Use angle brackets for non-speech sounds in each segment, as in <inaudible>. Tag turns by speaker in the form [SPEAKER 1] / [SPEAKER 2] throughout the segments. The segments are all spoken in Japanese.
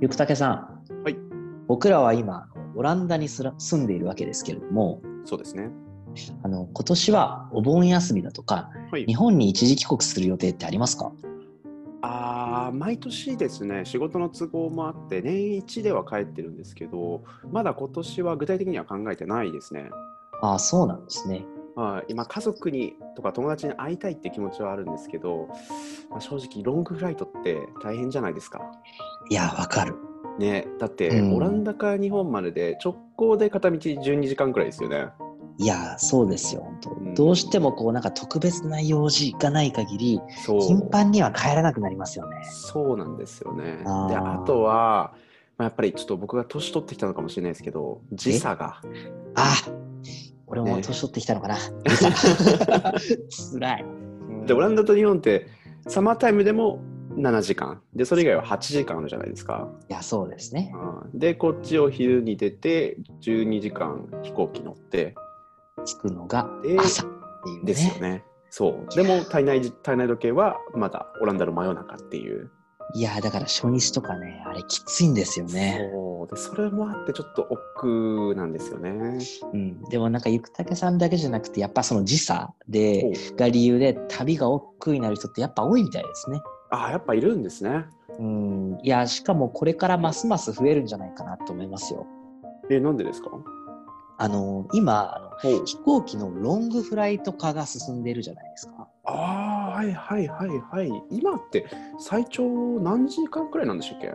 [SPEAKER 1] ゆくたけさん、
[SPEAKER 2] はい
[SPEAKER 1] 僕らは今オランダにすら住んでいるわけですけれども
[SPEAKER 2] そうですね。
[SPEAKER 1] あの今年はお盆休みだとか
[SPEAKER 2] はい
[SPEAKER 1] 日。本に一時帰国する予定ってありますか
[SPEAKER 2] ああ、毎年ですね、仕事の都合もあって、年一では帰ってるんですけど、まだ今年は具体的には考えてないですね。
[SPEAKER 1] ああそうなんですね。
[SPEAKER 2] はい。今、家族にとか友達に会いたいって気持ちはあるんですけど、まあ、正直、ロングフライトって大変じゃないですか。
[SPEAKER 1] いやわかる。
[SPEAKER 2] ね、だって、
[SPEAKER 1] うん
[SPEAKER 2] オランダから日本までで直行で片道12時間くらいですよね。
[SPEAKER 1] いやそうですよ本当、
[SPEAKER 2] うん
[SPEAKER 1] どうしてもこうなんか特別な用事がない限り
[SPEAKER 2] そう。
[SPEAKER 1] 頻繁には帰らなくなりますよね。
[SPEAKER 2] そうなんですよね。で、
[SPEAKER 1] あー
[SPEAKER 2] あとは、まあ、やっぱりちょっと僕が年取ってきたのかもしれないですけど、時差が。
[SPEAKER 1] ああ俺も
[SPEAKER 2] ね
[SPEAKER 1] 年取ってきたの
[SPEAKER 2] <laughs>
[SPEAKER 1] かな。つらい。
[SPEAKER 2] でオランダと日本ってサマータイムでも7時間でそれ以外は8時間あるじゃないですか
[SPEAKER 1] いやそうですね。
[SPEAKER 2] でこっちを昼に出て12時間飛行機乗って
[SPEAKER 1] 着くのが
[SPEAKER 2] で
[SPEAKER 1] 朝っていうね。
[SPEAKER 2] ですよねそうでも体内体内時計はまだオランダの真夜中っていう、
[SPEAKER 1] いやーだから初日とかねあれきついんですよね。
[SPEAKER 2] そうでそれもあってちょっと億劫なんですよね
[SPEAKER 1] うん、でもなんかゆくたけさんだけじゃなくてやっぱその時差で
[SPEAKER 2] そう
[SPEAKER 1] が理由で旅が億劫になる人ってやっぱ多いみたいですね。
[SPEAKER 2] ああやっぱいるんですね
[SPEAKER 1] うん、いやしかもこれからますます増えるんじゃないかなと思いますよ。
[SPEAKER 2] えなんでですか
[SPEAKER 1] あのー今あの
[SPEAKER 2] ほう
[SPEAKER 1] 飛行機のロングフライト化が進んでるじゃないですか。
[SPEAKER 2] ああはいはいはいはい今って最長何時間くらいなんでしたっけ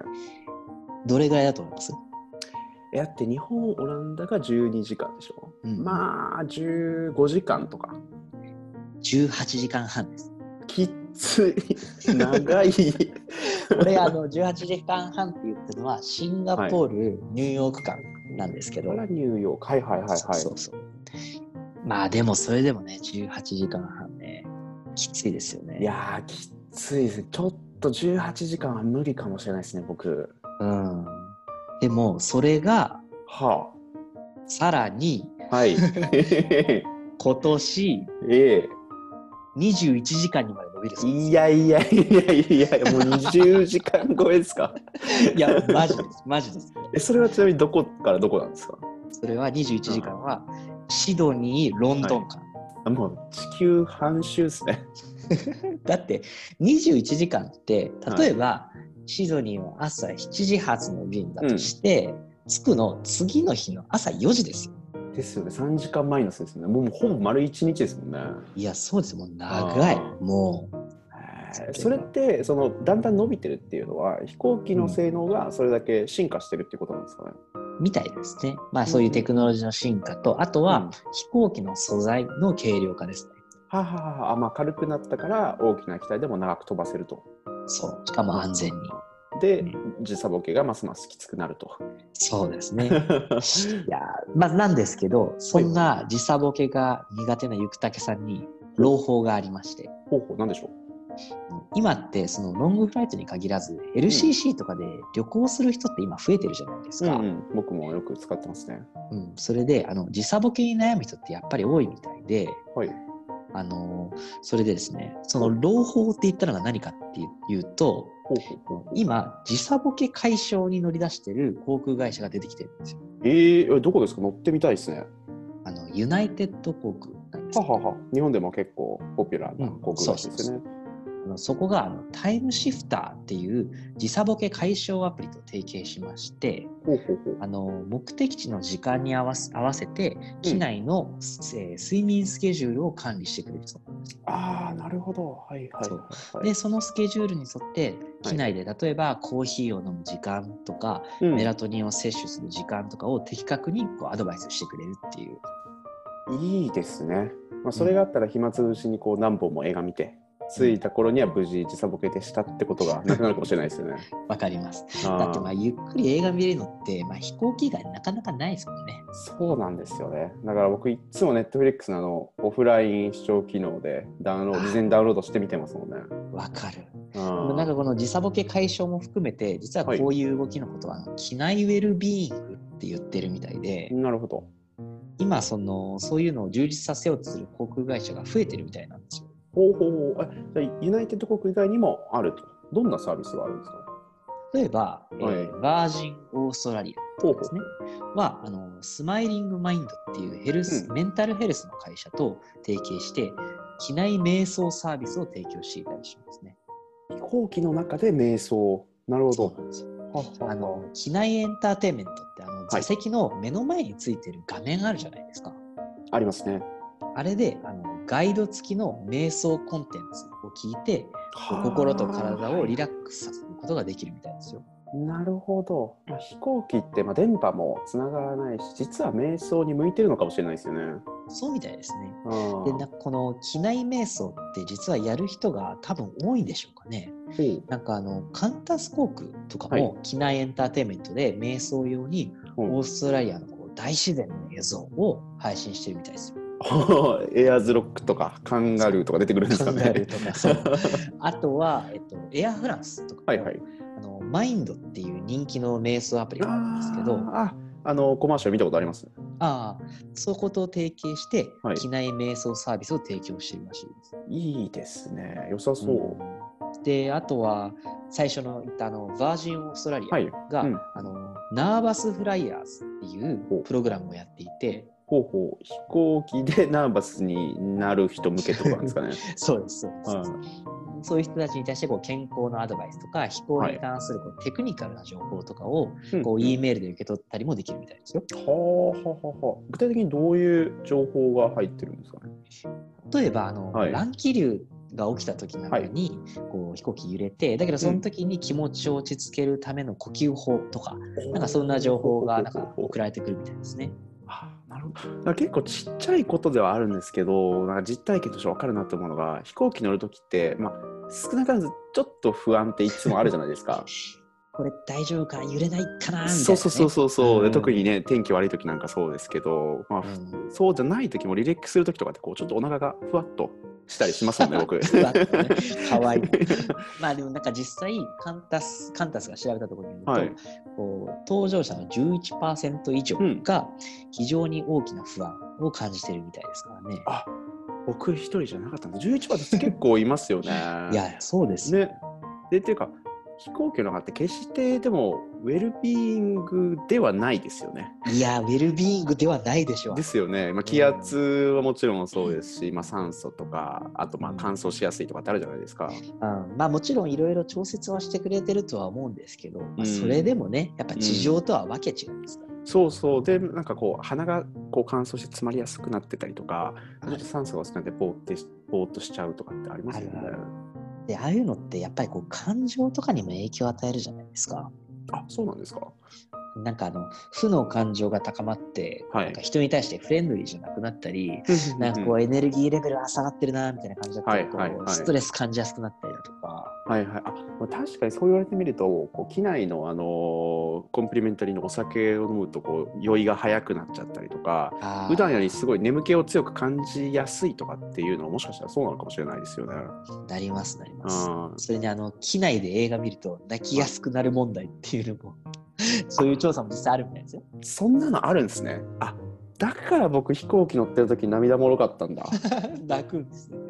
[SPEAKER 1] どれぐらいだと思います
[SPEAKER 2] えだって日本オランダが12時間でしょ、
[SPEAKER 1] うん
[SPEAKER 2] まあ15時間とか
[SPEAKER 1] ?18 時間半です。
[SPEAKER 2] きっつい長い
[SPEAKER 1] これあの18時間半って言ったのはシンガポール、ニューヨーク間 <laughs> なんですけど
[SPEAKER 2] これ。はニューヨークはいはいはいはい
[SPEAKER 1] そうそうそうまあでもそれでもね18時間半ねきついですよね
[SPEAKER 2] いやーきっついですねちょっと18時間は無理かもしれないですね僕
[SPEAKER 1] うんでもそれが
[SPEAKER 2] は
[SPEAKER 1] さらに
[SPEAKER 2] あはい <laughs> え
[SPEAKER 1] 今年
[SPEAKER 2] え
[SPEAKER 1] 21時間にまで伸びるそうです
[SPEAKER 2] いやいやいやいやもう20時間超えですか
[SPEAKER 1] いやマジですマジです
[SPEAKER 2] えそれはちなみにどこからどこなんですか
[SPEAKER 1] それは21時間はシドニーロンドン間、
[SPEAKER 2] あもう地球半周ですね
[SPEAKER 1] だって21時間って例えば、シドニーを朝7時発の便だとして、着くの次の日の朝4時ですよ
[SPEAKER 2] ですよね3時間マイナスですよねもうもうほぼ丸1日ですもんね
[SPEAKER 1] いやそうですもう長い
[SPEAKER 2] あー
[SPEAKER 1] もう
[SPEAKER 2] へーそれってそのだんだん伸びてるっていうのは飛行機の性能がそれだけ進化してるっていうことなんですかね、
[SPEAKER 1] みたいですね。まあそういうテクノロジーの進化と、あと
[SPEAKER 2] うん
[SPEAKER 1] は飛行機の素材の軽量化ですね。
[SPEAKER 2] ははははあまあ軽くなったから大きな機体でも長く飛ばせると
[SPEAKER 1] そう。しかも安全に。
[SPEAKER 2] で
[SPEAKER 1] う
[SPEAKER 2] 時差ボケがますますきつくな
[SPEAKER 1] <laughs>
[SPEAKER 2] ると
[SPEAKER 1] そうです <laughs> ね。いやー、まあなんですけど、そんな時差ボケが苦手なゆくたけさんに朗報がありまして、
[SPEAKER 2] 方法なんでしょう
[SPEAKER 1] 今ってそのロングフライトに限らず、LCC とかで旅行する人って今増えてるじゃないですか。
[SPEAKER 2] うんうん僕もよく使ってますね
[SPEAKER 1] うんそれで、あの、時差ボケに悩む人ってやっぱり多いみたいで、
[SPEAKER 2] はい
[SPEAKER 1] あのーそれでですね、その朗報って言ったのが何かっていうと、
[SPEAKER 2] 方法
[SPEAKER 1] 今時差ボケ解消に乗り出してる航空会社が出てきてるんですよ
[SPEAKER 2] えー、えどこですか乗ってみたいですね
[SPEAKER 1] あのユナイテッド航空なんです
[SPEAKER 2] は
[SPEAKER 1] けど
[SPEAKER 2] はは日本でも結構ポピュラーな
[SPEAKER 1] うん
[SPEAKER 2] 航空会社ですよね、
[SPEAKER 1] あのそこがあのタイムシフターっていう時差ボケ解消アプリと提携しまして
[SPEAKER 2] ほうほうほう
[SPEAKER 1] あの目的地の時間に合わせ合わせて機内の、えー睡眠スケジュールを管理してくれるそう
[SPEAKER 2] ああなるほどはいはい
[SPEAKER 1] そう
[SPEAKER 2] はい
[SPEAKER 1] でそのスケジュールに沿って機内で例えばコーヒーを飲む時間とか、
[SPEAKER 2] うん
[SPEAKER 1] メラトニンを摂取する時間とかを的確にこうアドバイスしてくれるっていう
[SPEAKER 2] いいですね、まあ、それがあったら暇つぶしにこう何本も映画見て着いた頃には無事時差ボケでしたってことがなくなるかもしれな
[SPEAKER 1] <laughs>
[SPEAKER 2] いですよね
[SPEAKER 1] わかります
[SPEAKER 2] あー
[SPEAKER 1] だってまあゆっくり映画見れるのって、まあ、飛行機以外なかなかないですもんね。
[SPEAKER 2] そうなんですよねだから僕いっつも Netflix のあのオフライン視聴機能でダウンロード事前にダウンロードして見てますもんね
[SPEAKER 1] わかる。
[SPEAKER 2] うん
[SPEAKER 1] なんかこの時差ボケ解消も含めて実はこういう動きのことは、機内ウェルビーイングって言ってるみたいで、
[SPEAKER 2] なるほど
[SPEAKER 1] 今そのそういうのを充実させようとする航空会社が増えてるみたいなんですよ。
[SPEAKER 2] ほうほうほうあじゃあユナイテッド航空以外にもあるとどんなサービスがあるんですか
[SPEAKER 1] 例えば、えー
[SPEAKER 2] はい
[SPEAKER 1] バージンオーストラリアとかですねはあのスマイリングマインドっていうヘルス、
[SPEAKER 2] うん
[SPEAKER 1] メンタルヘルスの会社と提携して機内瞑想サービスを提供していたりしますね。
[SPEAKER 2] 飛行機の中で瞑想。なるほ
[SPEAKER 1] そう
[SPEAKER 2] ど
[SPEAKER 1] な。んですよ
[SPEAKER 2] はは
[SPEAKER 1] あの機内エンターテインメントってあの座席の目の前についてる画面あるじゃないですか。
[SPEAKER 2] ありますね。
[SPEAKER 1] あれであのガイド付きの瞑想コンテンツを聞いてこう心と体をリラックスさせることができるみたいですよ。
[SPEAKER 2] なるほど。まあ飛行機って、まあ、電波もつながらないし、実は瞑想に向いてるのかもしれないですよね。
[SPEAKER 1] そうみたいですね。
[SPEAKER 2] あ
[SPEAKER 1] で
[SPEAKER 2] ー
[SPEAKER 1] なこの機内瞑想って実はやる人が多分多いんでしょうかね。
[SPEAKER 2] うん
[SPEAKER 1] なんかあのカンタスコークとか
[SPEAKER 2] はい
[SPEAKER 1] も機内エンターテインメントで瞑想用に
[SPEAKER 2] うん
[SPEAKER 1] オーストラリアのこう大自然の映像を配信してるみたいですよ。
[SPEAKER 2] <laughs> エアーズロックとかカンガルーとか出てくるんです
[SPEAKER 1] カ
[SPEAKER 2] か
[SPEAKER 1] ンガルー
[SPEAKER 2] ね。
[SPEAKER 1] とか
[SPEAKER 2] <laughs>
[SPEAKER 1] そう。あとは、えっと、エアフランスとかも
[SPEAKER 2] はいはい。
[SPEAKER 1] あのマインドっていう人気の瞑想アプリがあるんですけど
[SPEAKER 2] あーあのコマーシャル見たことあります。
[SPEAKER 1] ああそこと提携して、
[SPEAKER 2] はい
[SPEAKER 1] 機内瞑想サービスを提供してるらしいです。
[SPEAKER 2] いいですね。良さそう。
[SPEAKER 1] であとは最初の言ったあのバージンオーストラリ
[SPEAKER 2] はい。
[SPEAKER 1] アが、
[SPEAKER 2] うん
[SPEAKER 1] あのナーバスフライヤーズってい
[SPEAKER 2] ほう
[SPEAKER 1] うプログラムをやっていて
[SPEAKER 2] ほうほう飛行機でナーバスになる人向けってことなんで
[SPEAKER 1] <laughs>
[SPEAKER 2] すかね。
[SPEAKER 1] そうですそうです、
[SPEAKER 2] うん
[SPEAKER 1] そういう人たちに対してこう健康のアドバイスとか飛行
[SPEAKER 2] はい
[SPEAKER 1] に関するこうテクニカルな情報とかを
[SPEAKER 2] うん
[SPEAKER 1] こう E メールで受け取ったりもできるみたいですよ。
[SPEAKER 2] はあはあはあはあ具体的にどういう情報が入ってるんですかね。
[SPEAKER 1] 例えばあの、
[SPEAKER 2] はい
[SPEAKER 1] 乱気流が起きた時などに、こう飛行機揺れてだけどその時に気持ちを落ち着けるための呼吸法とか、なんかそんな情報がなんか送られてくるみたいですね。
[SPEAKER 2] あーなるほどだから結構ちっちゃいことではあるんですけどなんか実体験として分かるなと思うのが飛行機乗る時って、まあ、少なからずちょっと不安っていつもあるじゃないで
[SPEAKER 1] <laughs>
[SPEAKER 2] すか
[SPEAKER 1] これ大丈夫か揺れないかなみたいな、ね、
[SPEAKER 2] そうそうそうそうそう、
[SPEAKER 1] う
[SPEAKER 2] で
[SPEAKER 1] ん
[SPEAKER 2] 特にね天気悪い時なんかそうですけど、まあ
[SPEAKER 1] うん
[SPEAKER 2] そうじゃない時もリラックスする時とかってこうちょっとお腹がふわっとしたりしますも
[SPEAKER 1] <laughs>
[SPEAKER 2] んね僕。
[SPEAKER 1] ふわっとねかわいいまあでもなんか実際カンタスカンタスが調べたところによると、
[SPEAKER 2] はい
[SPEAKER 1] こう搭乗者の11%以上が非常に大きな不安を感じてるみたいですからね。
[SPEAKER 2] <laughs> あ僕一人じゃなかったんです11番って結構いますよね。
[SPEAKER 1] いやそうですよ
[SPEAKER 2] ね、でっていうか飛行機の中って決してでもウェルビーイングではないですよね。
[SPEAKER 1] いやウェルビーイングではないでしょう
[SPEAKER 2] で。すよね、まあ、気圧はもちろんそうですし、まあ、酸素とかあとまあ
[SPEAKER 1] うん
[SPEAKER 2] 乾燥しやすいとかってあるじゃないですか。
[SPEAKER 1] うん、まあもちろんいろいろ調節はしてくれてるとは思うんですけど、
[SPEAKER 2] う
[SPEAKER 1] ま
[SPEAKER 2] ん
[SPEAKER 1] あ、それでもねやっぱ地上とはわけ違いますから、
[SPEAKER 2] そうそうでなんかこう鼻がこう乾燥して詰まりやすくなってたりとか、ちょ
[SPEAKER 1] は
[SPEAKER 2] っと
[SPEAKER 1] い
[SPEAKER 2] 酸素が薄くなってぼーってしぼーっとしちゃうとかってありますよね
[SPEAKER 1] あ。るでああいうのってやっぱりこう感情とかにも影響を与えるじゃないですか。
[SPEAKER 2] あそうなんですか。
[SPEAKER 1] なんかあの負の感情が高まって、
[SPEAKER 2] はい
[SPEAKER 1] なんか人に対してフレンドリーじゃなくなったり、なんかこ
[SPEAKER 2] うん
[SPEAKER 1] うエネルギーレベルが下がってるなみたいな感じだったり、
[SPEAKER 2] はいはい
[SPEAKER 1] こ
[SPEAKER 2] はいう
[SPEAKER 1] ストレス感じやすくなったりだとか、
[SPEAKER 2] はいはい、あまあ確かにそう言われてみるとこう機内の、あのーコンプリメンタリーのお酒を飲むとこう酔いが早くなっちゃったりとか
[SPEAKER 1] あー
[SPEAKER 2] 普段よりすごい眠気を強く感じやすいとかっていうのはもしかしたらそうなのかもしれないですよね。
[SPEAKER 1] なりますなります。
[SPEAKER 2] あ
[SPEAKER 1] それにあの機内で映画見ると泣きやすくなる問題っていう
[SPEAKER 2] <laughs>
[SPEAKER 1] のもそういう調査も実際あるみたいですよ。 <laughs>
[SPEAKER 2] そんなのあるんですね。あだから僕飛行機乗ってる時涙もろかったんだ。
[SPEAKER 1] 泣くんです
[SPEAKER 2] <laughs>
[SPEAKER 1] ね。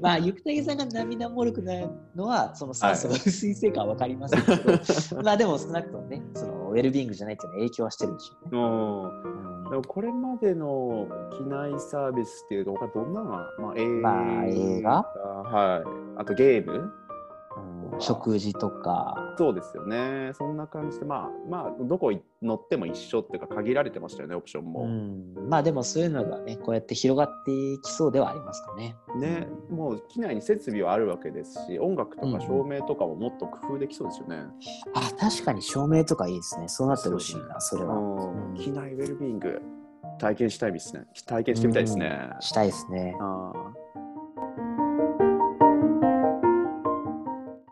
[SPEAKER 1] まあ、ゆくたけさんが涙もろくなるのは、その酸素が薄いせいかは分かりませんけど、
[SPEAKER 2] <laughs>
[SPEAKER 1] まあでも少なくともね、そのウェルビーイングじゃないっていうのは影響はしてるんでしょうね。
[SPEAKER 2] うんでもこれまでの機内サービスっていうと他どんなのが、まあ、映画,、
[SPEAKER 1] まあ映画
[SPEAKER 2] はい、あとゲーム
[SPEAKER 1] うん食事とか、
[SPEAKER 2] そうですよね。そんな感じで、まあ、まあ、どこい乗っても一緒っていうか、限られてましたよね、オプション
[SPEAKER 1] う
[SPEAKER 2] も。
[SPEAKER 1] ん、まあでもそういうのがね、こうやって広がっていきそうではありますかね。
[SPEAKER 2] ね、もう機内に設備はあるわけですし、音楽と
[SPEAKER 1] うんう
[SPEAKER 2] か
[SPEAKER 1] ん
[SPEAKER 2] 照明とかももっと工夫できそうですよね。
[SPEAKER 1] あ、確かに照明とかいいですね。そうなってほしいな、それは。
[SPEAKER 2] うん
[SPEAKER 1] うん
[SPEAKER 2] 機内ウェルビーイング、体験したいですね。体験してみたいですね。
[SPEAKER 1] したいですね。
[SPEAKER 2] あー